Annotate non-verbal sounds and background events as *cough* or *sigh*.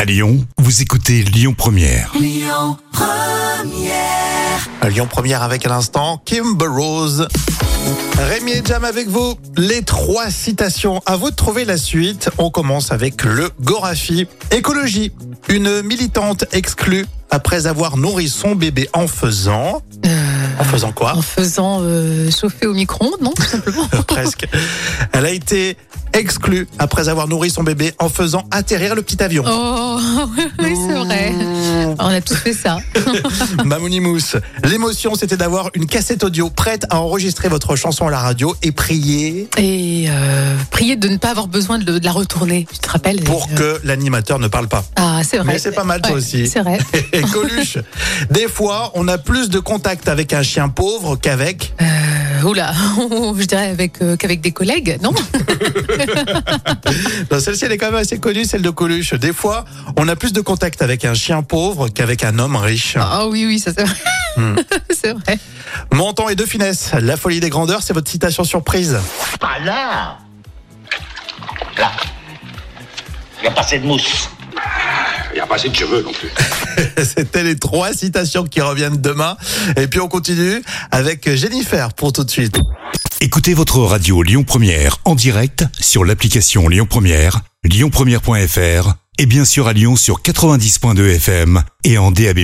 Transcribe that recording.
À Lyon, vous écoutez Lyon Première. Lyon Première avec à l'instant Kimber Rose. Rémi et Jam avec vous. Les trois citations. À vous de trouver la suite. On commence avec le Gorafi. Écologie. Une militante exclue après avoir nourri son bébé en faisant. En faisant quoi *laughs* En faisant euh, chauffer au micro-ondes, non Tout simplement. Presque. Elle a été exclue après avoir nourri son bébé en faisant atterrir le petit avion. *laughs* Oh, *laughs* oui, c'est vrai. On a tous fait ça. Mamounimous. L'émotion, c'était d'avoir une cassette audio prête à enregistrer votre chanson à la radio et prier Et euh, prier de ne pas avoir besoin de, le- de la retourner, tu te rappelles pour euh, que l'animateur ne parle pas. Ah, c'est vrai. Mais c'est pas mal, toi Ouais, aussi. C'est vrai. *laughs* Et Coluche, des fois, on a plus de contact avec un chien pauvre qu'avec. Euh, oula, *laughs* je dirais avec, euh, qu'avec des collègues, *laughs* non Non, Celle-ci, elle est quand même assez connue, celle de Coluche. Des fois, on a plus de contact avec un chien pauvre qu'avec un homme riche. Ah oui, oui, ça c'est vrai. Hmm. *laughs* c'est vrai. Montant et de finesse, la folie des grandeurs, c'est votre citation surprise. *laughs* Pas là Là. Il n'y a pas assez de mousse. Il n'y a pas assez de cheveux non plus. C'était les trois citations qui reviennent demain. Et puis, on continue avec Jennifer pour tout de suite. Écoutez votre radio Lyon Première en direct sur l'application Lyon Première, lyonpremière.fr et bien sûr à Lyon sur 90.2 FM et en DAB+.